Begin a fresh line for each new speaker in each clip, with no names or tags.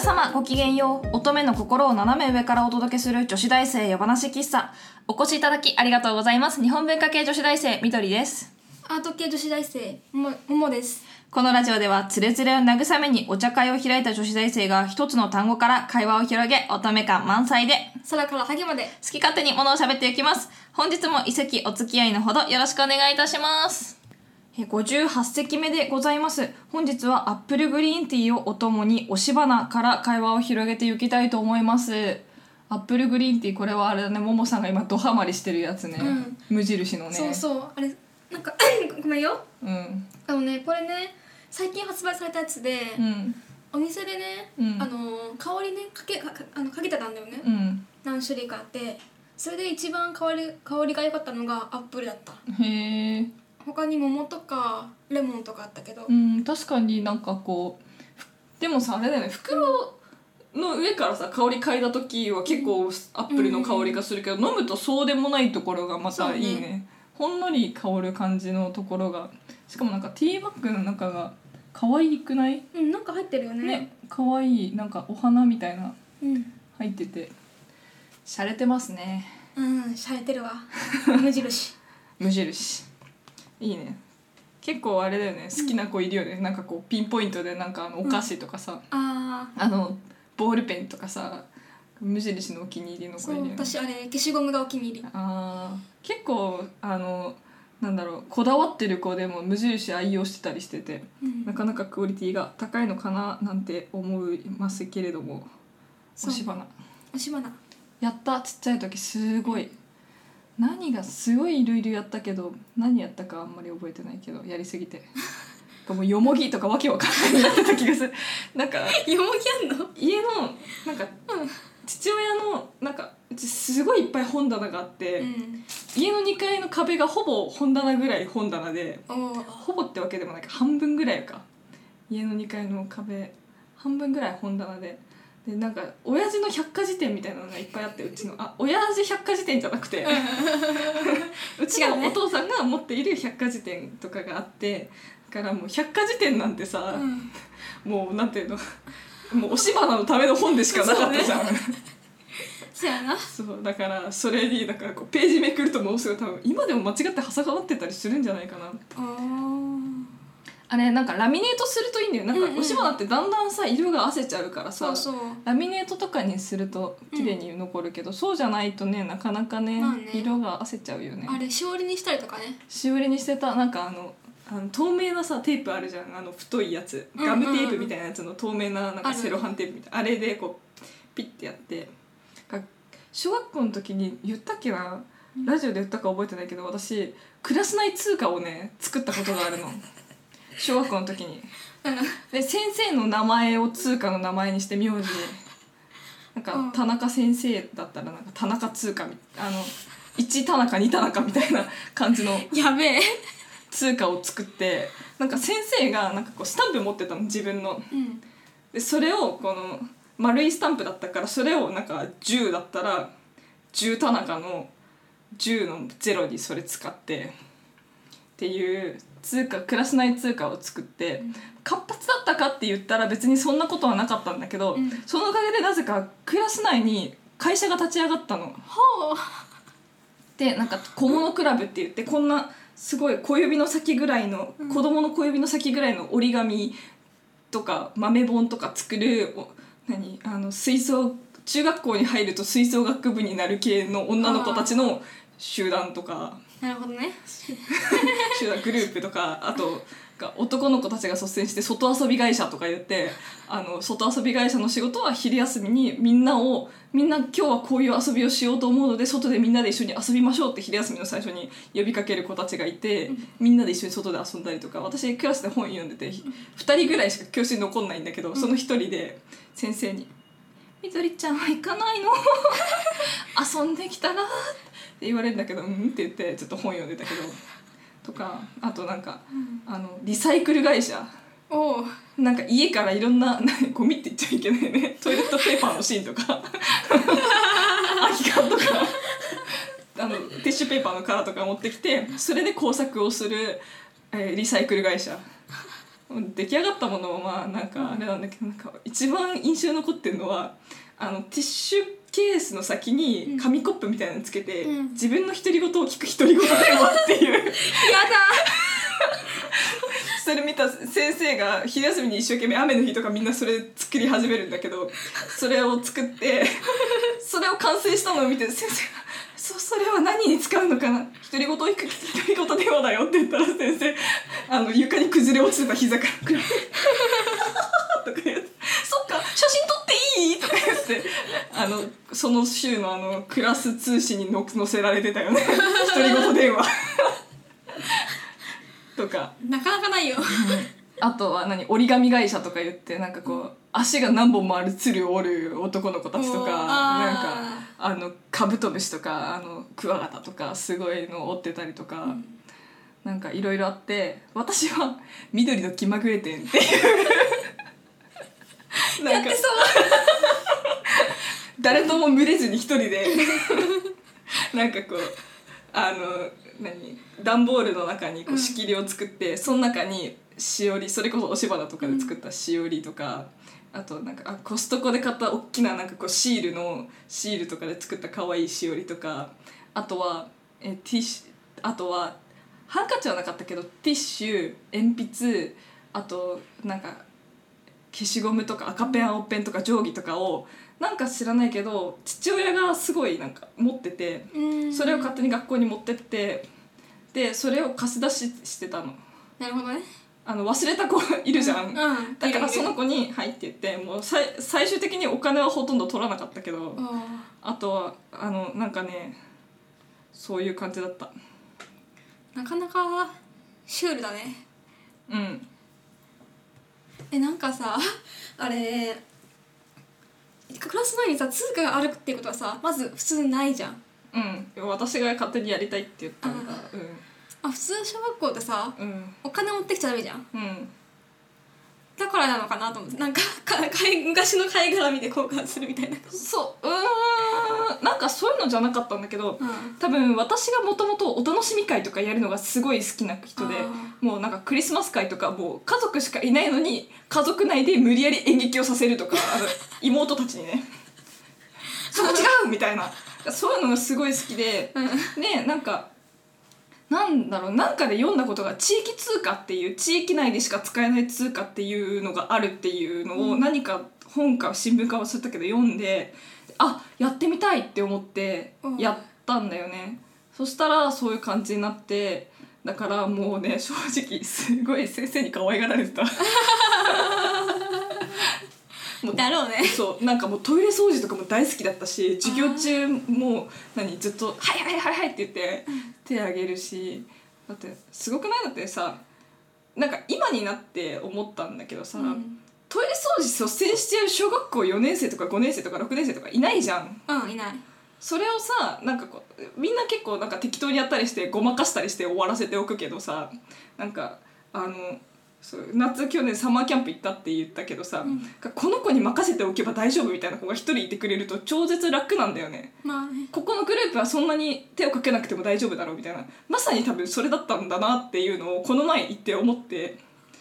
様ごきげんよう乙女の心を斜め上からお届けする女子大生夜話喫茶お越しいただきありがとうございます日本文化系女子大生みどりです
アート系女子大生もももです
このラジオではつれつれを慰めにお茶会を開いた女子大生が一つの単語から会話を広げ乙女感満載で
空からハゲまで
好き勝手にものを喋っていきます本日も一席お付き合いのほどよろしくお願いいたしますえ58席目でございます本日はアップルグリーンティーをお供に押し花から会話を広げていきたいと思いますアップルグリーンティーこれはあれだねももさんが今ドハマりしてるやつね、
うん
無印のね
そうそうあれなんか ごめんよ
うん
あのねこれね最近発売されたやつで、
うん
お店でね、
うん
あの香りねかけかかあのかけてたんだよね、
うん
何種類かあってそれで一番香り香りが良かったのがアップルだった
へえ
他に桃とかレモンとかあったけど、
うん確かになんかこうふでもさあれだよね袋の上からさ香り嗅いだ時は結構アップルの香りがするけど、飲むとそうでもないところがまたいいね
そうね
ほんのり香る感じのところがしかもなんかティーバッグの中が可愛くない
うんなんか入ってるよね
ね可愛いなんかお花みたいな
うん
入ってて洒落てますね
うんしゃれ てるわ無印
無印いいね結構あれだよね好きな子いるよね、なんかこうピンポイントでなんかあのお菓子とかさ、
ああ
あのボールペンとかさ無印のお気に入りの子
そ
いるよ
う
ね
私あれ消しゴムがお気に入り
あー結構あのなんだろうこだわってる子でも無印愛用してたりしてて
うん
なかなかクオリティが高いのかななんて思いますけれども
そう
押し花
おしまな
やったちっちゃい時すごい何がすごいいろいろやったけど何やったかあんまり覚えてないけどやりすぎ てもうよもぎとかわけわかんないなってた気がするなんか
よもぎあんの
家のなんか
うん
父親のなんかうちすごいいっぱい本棚があって、
うん
家の2階の壁がほぼ本棚ぐらい本棚で
おー
ほぼってわけでもないか半分ぐらいか家の2階の壁半分ぐらい本棚ででなんか親父の百科事典みたいなのがいっぱいあってうちのあ親父百科事典じゃなくて うち
違う
の
ね
お父さんが持っている百科事典とかがあってだからもう百科事典なんてさ、
うん
もうなんていうの もうおしばなのための本でしかなかったじゃんそう,、
そうやな
だから それにだからこうページめくるともうすぐ多分今でも間違って挟まってたりするんじゃないかな
おー
あれなんかラミネートするといいんだよなん
うんうん
かおしばなってだんだんさ色が褪せちゃうからさ
そうそう
ラミネートとかにすると綺麗に残るけど、そうじゃないとねなかなかね,、
まあね
色が褪せちゃうよね
あれしおりにしたりとかね
しおりにしてたなんかあのあの透明なさテープあるじゃんあの太いやつガムテープみたいなやつの透明ななん
あ
か
る
セロハンテープみたいなあれでこうピッてやってが小学校の時に言ったっけなラジオで言ったか覚えてないけど私クラス内通貨をね作ったことがある の小学校の時に
うん
で先生の名前を通貨の名前にして名字でなん
う
か
ん
田中先生だったらなんか田中通貨みあの1田中2田中みたいな感じの
やべえ
通貨を作ってなんか先生がなんかこうスタンプ持ってたの自分の
うん
でそれをこの丸いスタンプだったからそれをなんか10だったら10田中の10の0にそれ使ってっていう通貨クラス内通貨を作って、活発だったかって言ったら別にそんなことはなかったんだけど、
うん
そのおかげでなぜかクラス内に会社が立ち上がったの。
ほう
でなんか小物クラブって言ってこんなすごい小指の先ぐらいの、
うん
子供の小指の先ぐらいの折り紙とか豆本とか作るお何あの吹奏中学校に入ると吹奏楽部になる系の女の子たちの集団とか
なるほどね
集団グループとかあとが男の子たちが率先して外遊び会社とか言ってあの外遊び会社の仕事は昼休みにみんなをみんな今日はこういう遊びをしようと思うので外でみんなで一緒に遊びましょうって昼休みの最初に呼びかける子たちがいてみんなで一緒に外で遊んだりとか私クラスで本読んでて2人ぐらいしか教室に残んないんだけどその1人で先生に「みどりちゃんは行かないの遊んできたら」って言われるんだけど「うん?」って言ってちょっと本読んでたけど。とかあとなんか、あのリサイクル会社
おう
なんか家からいろんな なんゴミって言っちゃいけないねトイレットペーパーの芯とか空き缶とかあのティッシュペーパーの殻とか持ってきてそれで工作をする、えーリサイクル会社出来上がったものはまあなんかあれなんだけどなんか一番印象に残ってるのはあのティッシュケースの先に紙コップみたいなのつけて、
うん
自分の独り言を聞く独り言電話っていう それ見た先生が昼休みに一生懸命雨の日とかみんなそれ作り始めるんだけどそれを作ってそれを完成したのを見て先生が「そそれは何に使うのかな独り言を聞く独り言電話だよ」って言ったら先生あの床に崩れ落ちてた膝からくらいとか言って「そっか写真撮っていい?」とか言ってあのその週のあのクラス通信にの載せられてたよね独り言電話とか。
なかなかないよ
あとは何折り紙会社とか言ってなんかこう足が何本もある鶴を折る男の子たちと
お
か
ー
なん
あー
かあのカブトムシとかあのクワガタとかすごいのを折ってたりとか、なんかいろいろあって私は「緑の気まぐれ店」っていう
や
な
っ
んか
てそう
誰とも群れずに一人でなんかこうあの何段ボールの中にこ
う
うん仕切りを作って、その中にしおりそれこそ押し花とかで作ったしおりとか、あとなんかあコストコで買った大きななんかこうシールのシールとかで作った可愛いしおりとかあとはえティッシュあとはハンカチはなかったけどティッシュ鉛筆あとなんか消しゴムとか赤ペン青ペンとか定規とかをなんか知らないけど父親がすごいなんか持ってて
うん
それを勝手に学校に持ってってでそれを貸し出ししてたの
なるほどね
あの忘れた子いるじゃん、
うん
だからその
子
子に「はい」って言ってもうさい最終的にお金はほとんど取らなかったけどあとはあのなんかねそういう感じだった
なかなかシュールだね
うん
えなんかさ あれクラス内にさ通貨があるっていうことはさまず普通ないじゃん
うん私が勝手にやりたいって言ったんだ
あ普通小学校ってさ
うんうん
お金持ってきちゃダメじゃん
うん
だからなのかなと思ってなんかか か昔の貝殻みで交換するみたいな
そううーんなんかそういうのじゃなかったんだけど
うん
多分私がもともとお楽しみ会とかやるのがすごい好きな人で
あ
もうなんかクリスマス会とかもう家族しかいないのに家族内で無理やり演劇をさせるとか あの妹たちにねそこ違うみたいなそういうのがすごい好きで
うん
でなんかなんだろうなんかで読んだことが地域通貨っていう地域内でしか使えない通貨っていうのがあるっていうのを何か本か新聞か忘れたけど読んであやってみたいって思って
うん
やったんだよね、そしたらそういう感じになってだからもうね正直すごい先生に可愛がられてたもう
だろうね
そうなんかもうトイレ掃除とかも大好きだったし授業中もう何ずっと「はいはいはいはい」って言って手あげるしだってすごくないだってさなんか今になって思ったんだけどさ、
うん、
トイレ掃除率先しちゃう小学校4年生とか5年生とか6年生とかいないじゃん。
うん、いない
それをさなんかこうみんな結構なんか適当にやったりしてごまかしたりして終わらせておくけどさなんかあのそう夏去年サマーキャンプ行ったって言ったけどさ、
うん
この子に任せておけば大丈夫みたいな子が一人いてくれると超絶楽なんだよね
まあね
ここのグループはそんなに手をかけなくても大丈夫だろうみたいなまさに多分それだったんだなっていうのをこの前行って思って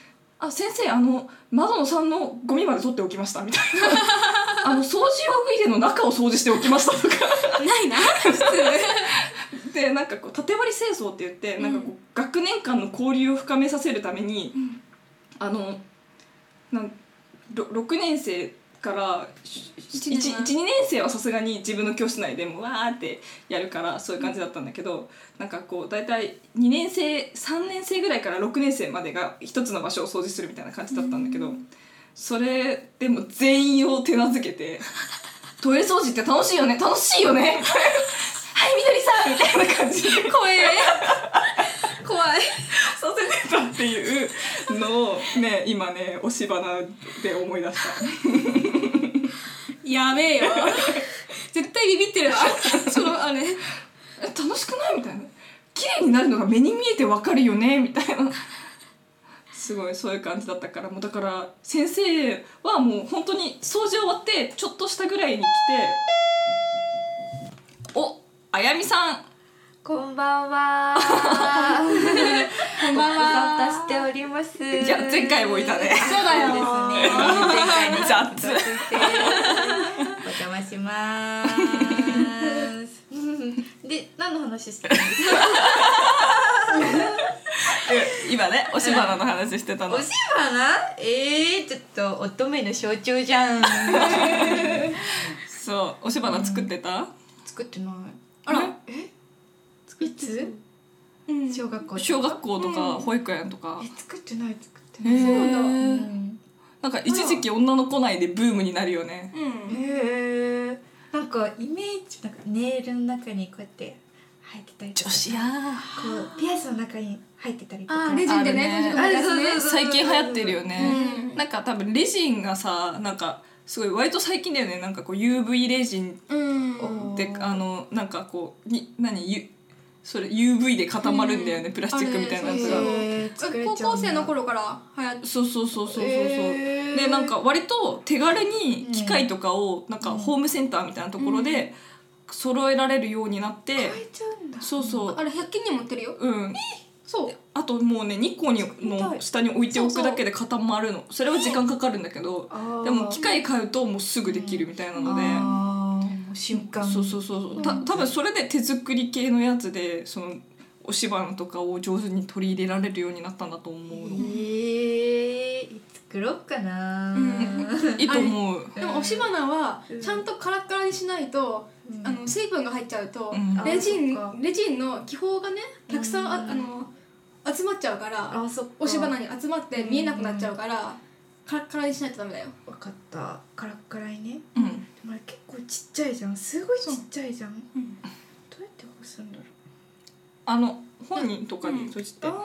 「あ先生あの窓野さんのゴミまで取っておきました」みたい な「あの掃除用具入れの中を掃除しておきました」とか
ないな普通
でなんかこう縦割り清掃って言ってなんかこう、学年間の交流を深めさせるために、
ん
あのなんろ6年生から
一年前
12年生はさすがに自分の教室内でもわーってやるからそういう感じだったんだけど、なんかこう大体2年生3年生ぐらいから6年生までが一つの場所を掃除するみたいな感じだったんだけど、それでも全員を手なずけて「トイレ掃除って楽しいよね楽しいよね」はい、みどりさんみたいな感じで
怖え怖い
させてたっていうのをね、今ね、押し花で思い出した。
やべえよ 絶対ビビってるわ そのあれ
楽しくないみたいな。綺麗になるのが目に見えてわかるよねみたいな。すごいそういう感じだったからもうだから先生はもう本当に掃除終わってちょっとしたぐらいに来て「おあやみさん
こんばんは。
こんばんは
ご無沙汰しております
いや前回もいたね
そうだよ
そうですね前回に
雑
続いてお邪魔しますで何の話してたんですか
今ね押し花の話してたの
おし花えー、ちょっと乙女の象徴じゃん
そう押し花作ってた、
作ってない
あら
いつ
うん
小学校
小学校とか
うん
保育園とか、
え作ってない作って
へ
ない
ー
そうだうん
なんか一時期女の子内でブームになるよね
うん
へえなんかイメージなんかネイルの中にこうやって入ってたりとか
子や
こうピアスの中に入ってたりと
あ
か
ーレジンでね
あ
るね
閉じ込めたやつね
最近流行ってるよね、
うん
なんか多分レジンがさなんかすごい割と最近だよねなんかこう UV レジン
うん
お
で
ー
あのなんかこうに何ゆそれ UV で固まるんだよね、プラスチックみたいなやつ
あれ
が
へー作れちゃうん
高
だ
校生の頃から流行って
そうそうそうそうそうそう、
へー
でなんか割と手軽に機械とかをなんかホームセンターみたいなところで揃えられるようになって、
変えちゃうんだ
そうそう
あれ100均にも売ってるよ
うん
そう
あともうね日光にの下に置いておくだけで固まるのそれは時間かかるんだけど
あー
でも機械買うともうすぐできるみたいなので。
あーもう瞬間
そうそうそうそうた多分それで手作り系のやつでそのお芝居とかを上手に取り入れられるようになったんだと思うの、
ええ作ろうかな、
うん
いいと思う
でも押し花は
うん
ちゃんとカラッカラにしないと、
うん
あの水分が入っちゃうと、
うん
レジン
あそっか
レジンの気泡がねたくさんあ,、
うん
あの集まっちゃうから
あそっか
押し花に集まって見えなくなっちゃうから、カラッカラにしないとダメだよ
わかったカラッカラいね
うん
でもあれ結構ちっちゃいじゃんすごいちっちゃいじゃんど
う
うんやって干すんだろう
あの本人とかに閉じて
あ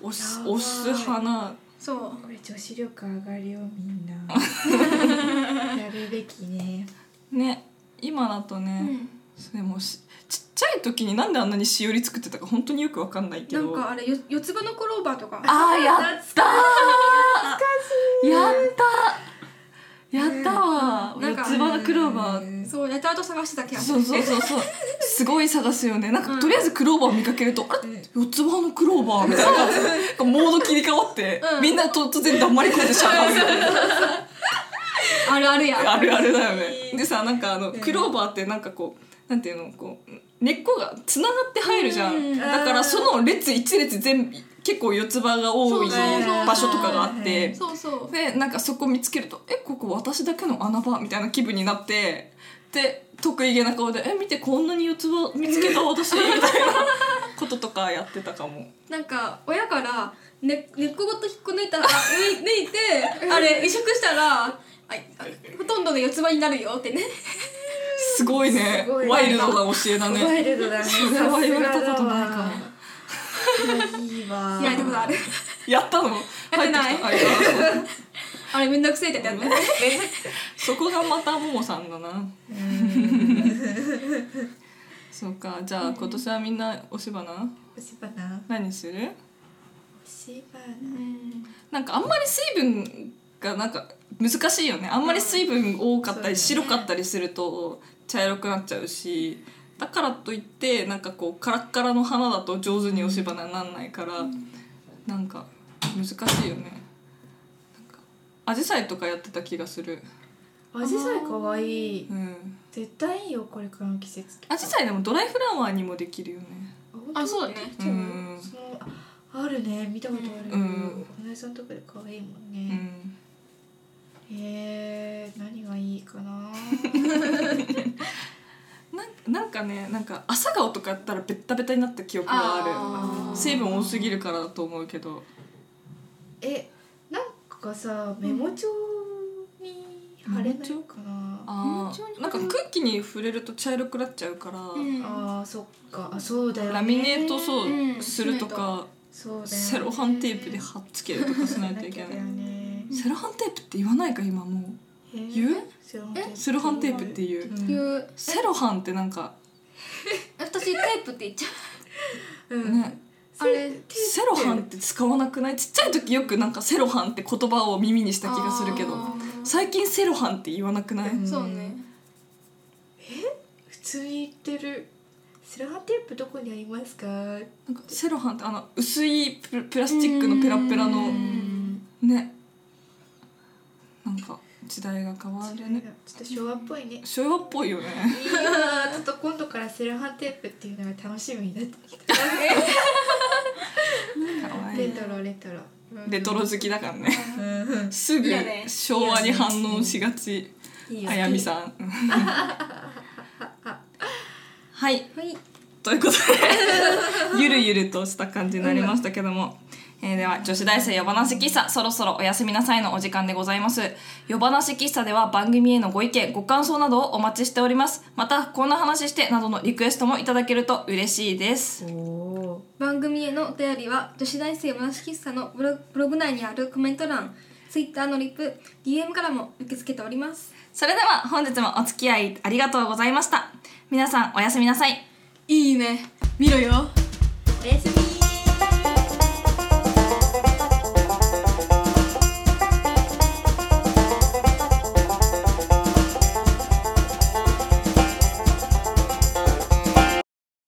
押す
やばい
押す花
そう
ーこれ女子力上がるよみ んなやるべきね
ね今だと
う
ね、
ん
それもしちっちゃい時になんであんなにしおり作ってたか本当によくわかんないけ
な
ど
んかあれよ四つ葉のクローバーとか
あーやったーやったやったわ
なんか
四つ葉のクローバー
ー
そうやたらと探してた気がす
そ
る
うそうそうそうすごい探すよねなん
う
か
ん
とりあえずクローバー見かけると「あれ四つ葉のクローバー」みたいななんかモード切り替わって、
うん
みんな突然黙り込んでしゃがむみたいな
あるあるや
あるあるだよねでさなんかあのクローバーってなんかこうなんていうのこう根っこがつながって入るじゃん、
うん
だからその列一列全部結構四つ葉が多い
そうそうそう
場所とかがあって
そうそう
でなんかそこ見つけると「えここ私だけの穴場」みたいな気分になってで得意げな顔で「え見てこんなに四つ葉見つけた私」みたいなこととかやってたかも。
なんか親から、ね、根っこごと引っこ抜いたら抜い抜いてあれ移植したらああほとんどの四つ葉になるよってね
すごいね
すごい
ワイルドな教えだ
ワ
ね。
イルドだね
それは言われたことない か
さすがだわいい わ
やりたことある
やったの
ってない
入ってきたあやった
あれめんどくせえってやったね
そこがまたももさんだな。 そうかじゃあ今年はみんなおしばな
干し花
何する
干し花
なんかあんまり水分がなんか難しいよねあんまり水分多かったり
そう
白
だね
かったりすると茶色くなっちゃうしだからといってなんかこうカラッカラの花だと上手に押し花になんないからなんか難しいよねなんかアジサイとかやってた気がする
アジサイ可愛い
うん
絶対いいよこれからの季節とか
アジサイでもドライフラワーにもできるよね
あそうだね
で
うん
もそのああるね見たことあ
う
る、
ん
お姉さんとかで可愛いもん
う
ね、
ん
えー、何がいいかな
なんなんかねなんか朝顔とかやったらベッタベタになった記憶があ
あ
る
ー
水分多すぎるからだと思うけど
えなんかさメモ帳に貼れないかな、
あ
本当
ー
に
なんか空気に触れると茶色くなっちゃうから、
うん
あーそっかあそうだよね
ラミネートそううんするとか、
そうだよね
セロハンテープで貼っつけるとかしないといけな
だ
い、
よね
セロハンテープって言わないか今も
えー
言う
セロハンテー
うセロハンテープ
プ
っていう、
うん
いう
セロハンってなんか
私テープって言っちゃ
うん
ね
うあれ
セロハンって使わなくないちっちゃい時よくなんかセロハンって言葉を耳にした気がするけど
あ
最近セロハンって言わなくない、
うん
ーそうね
普通に言ってるセロハンテープどこにありますか
なんかセロハンってあの薄いププラスチックのペラペラの
うん
ねなんか時代が変わるね
ちょっと昭和っぽいね
昭和っぽいよね
いいなあちょっと今度からセロハンテープっていうのが楽しみになってきた
可愛
レ
い
トロレトロ
レトロ好きだからね
うん
すぐ
いいよね
昭和に反応しがち
いいよ
あやみさんはい
はい
ということで ゆるゆるとした感じになりましたけども、えーでは女子大生夜話喫茶そろそろおやすみなさいのお時間でございます夜話喫茶では番組へのご意見ご感想などをお待ちしておりますまたこんな話してなどのリクエストもいただけると嬉しいです
おー
番組へのお便りは女子大生話喫茶のブロブログ内にあるコメント欄ツイッターのリプ DM からも受け付けております
それでは本日もお付き合いありがとうございました皆さんおやすみなさい
いいね見ろよ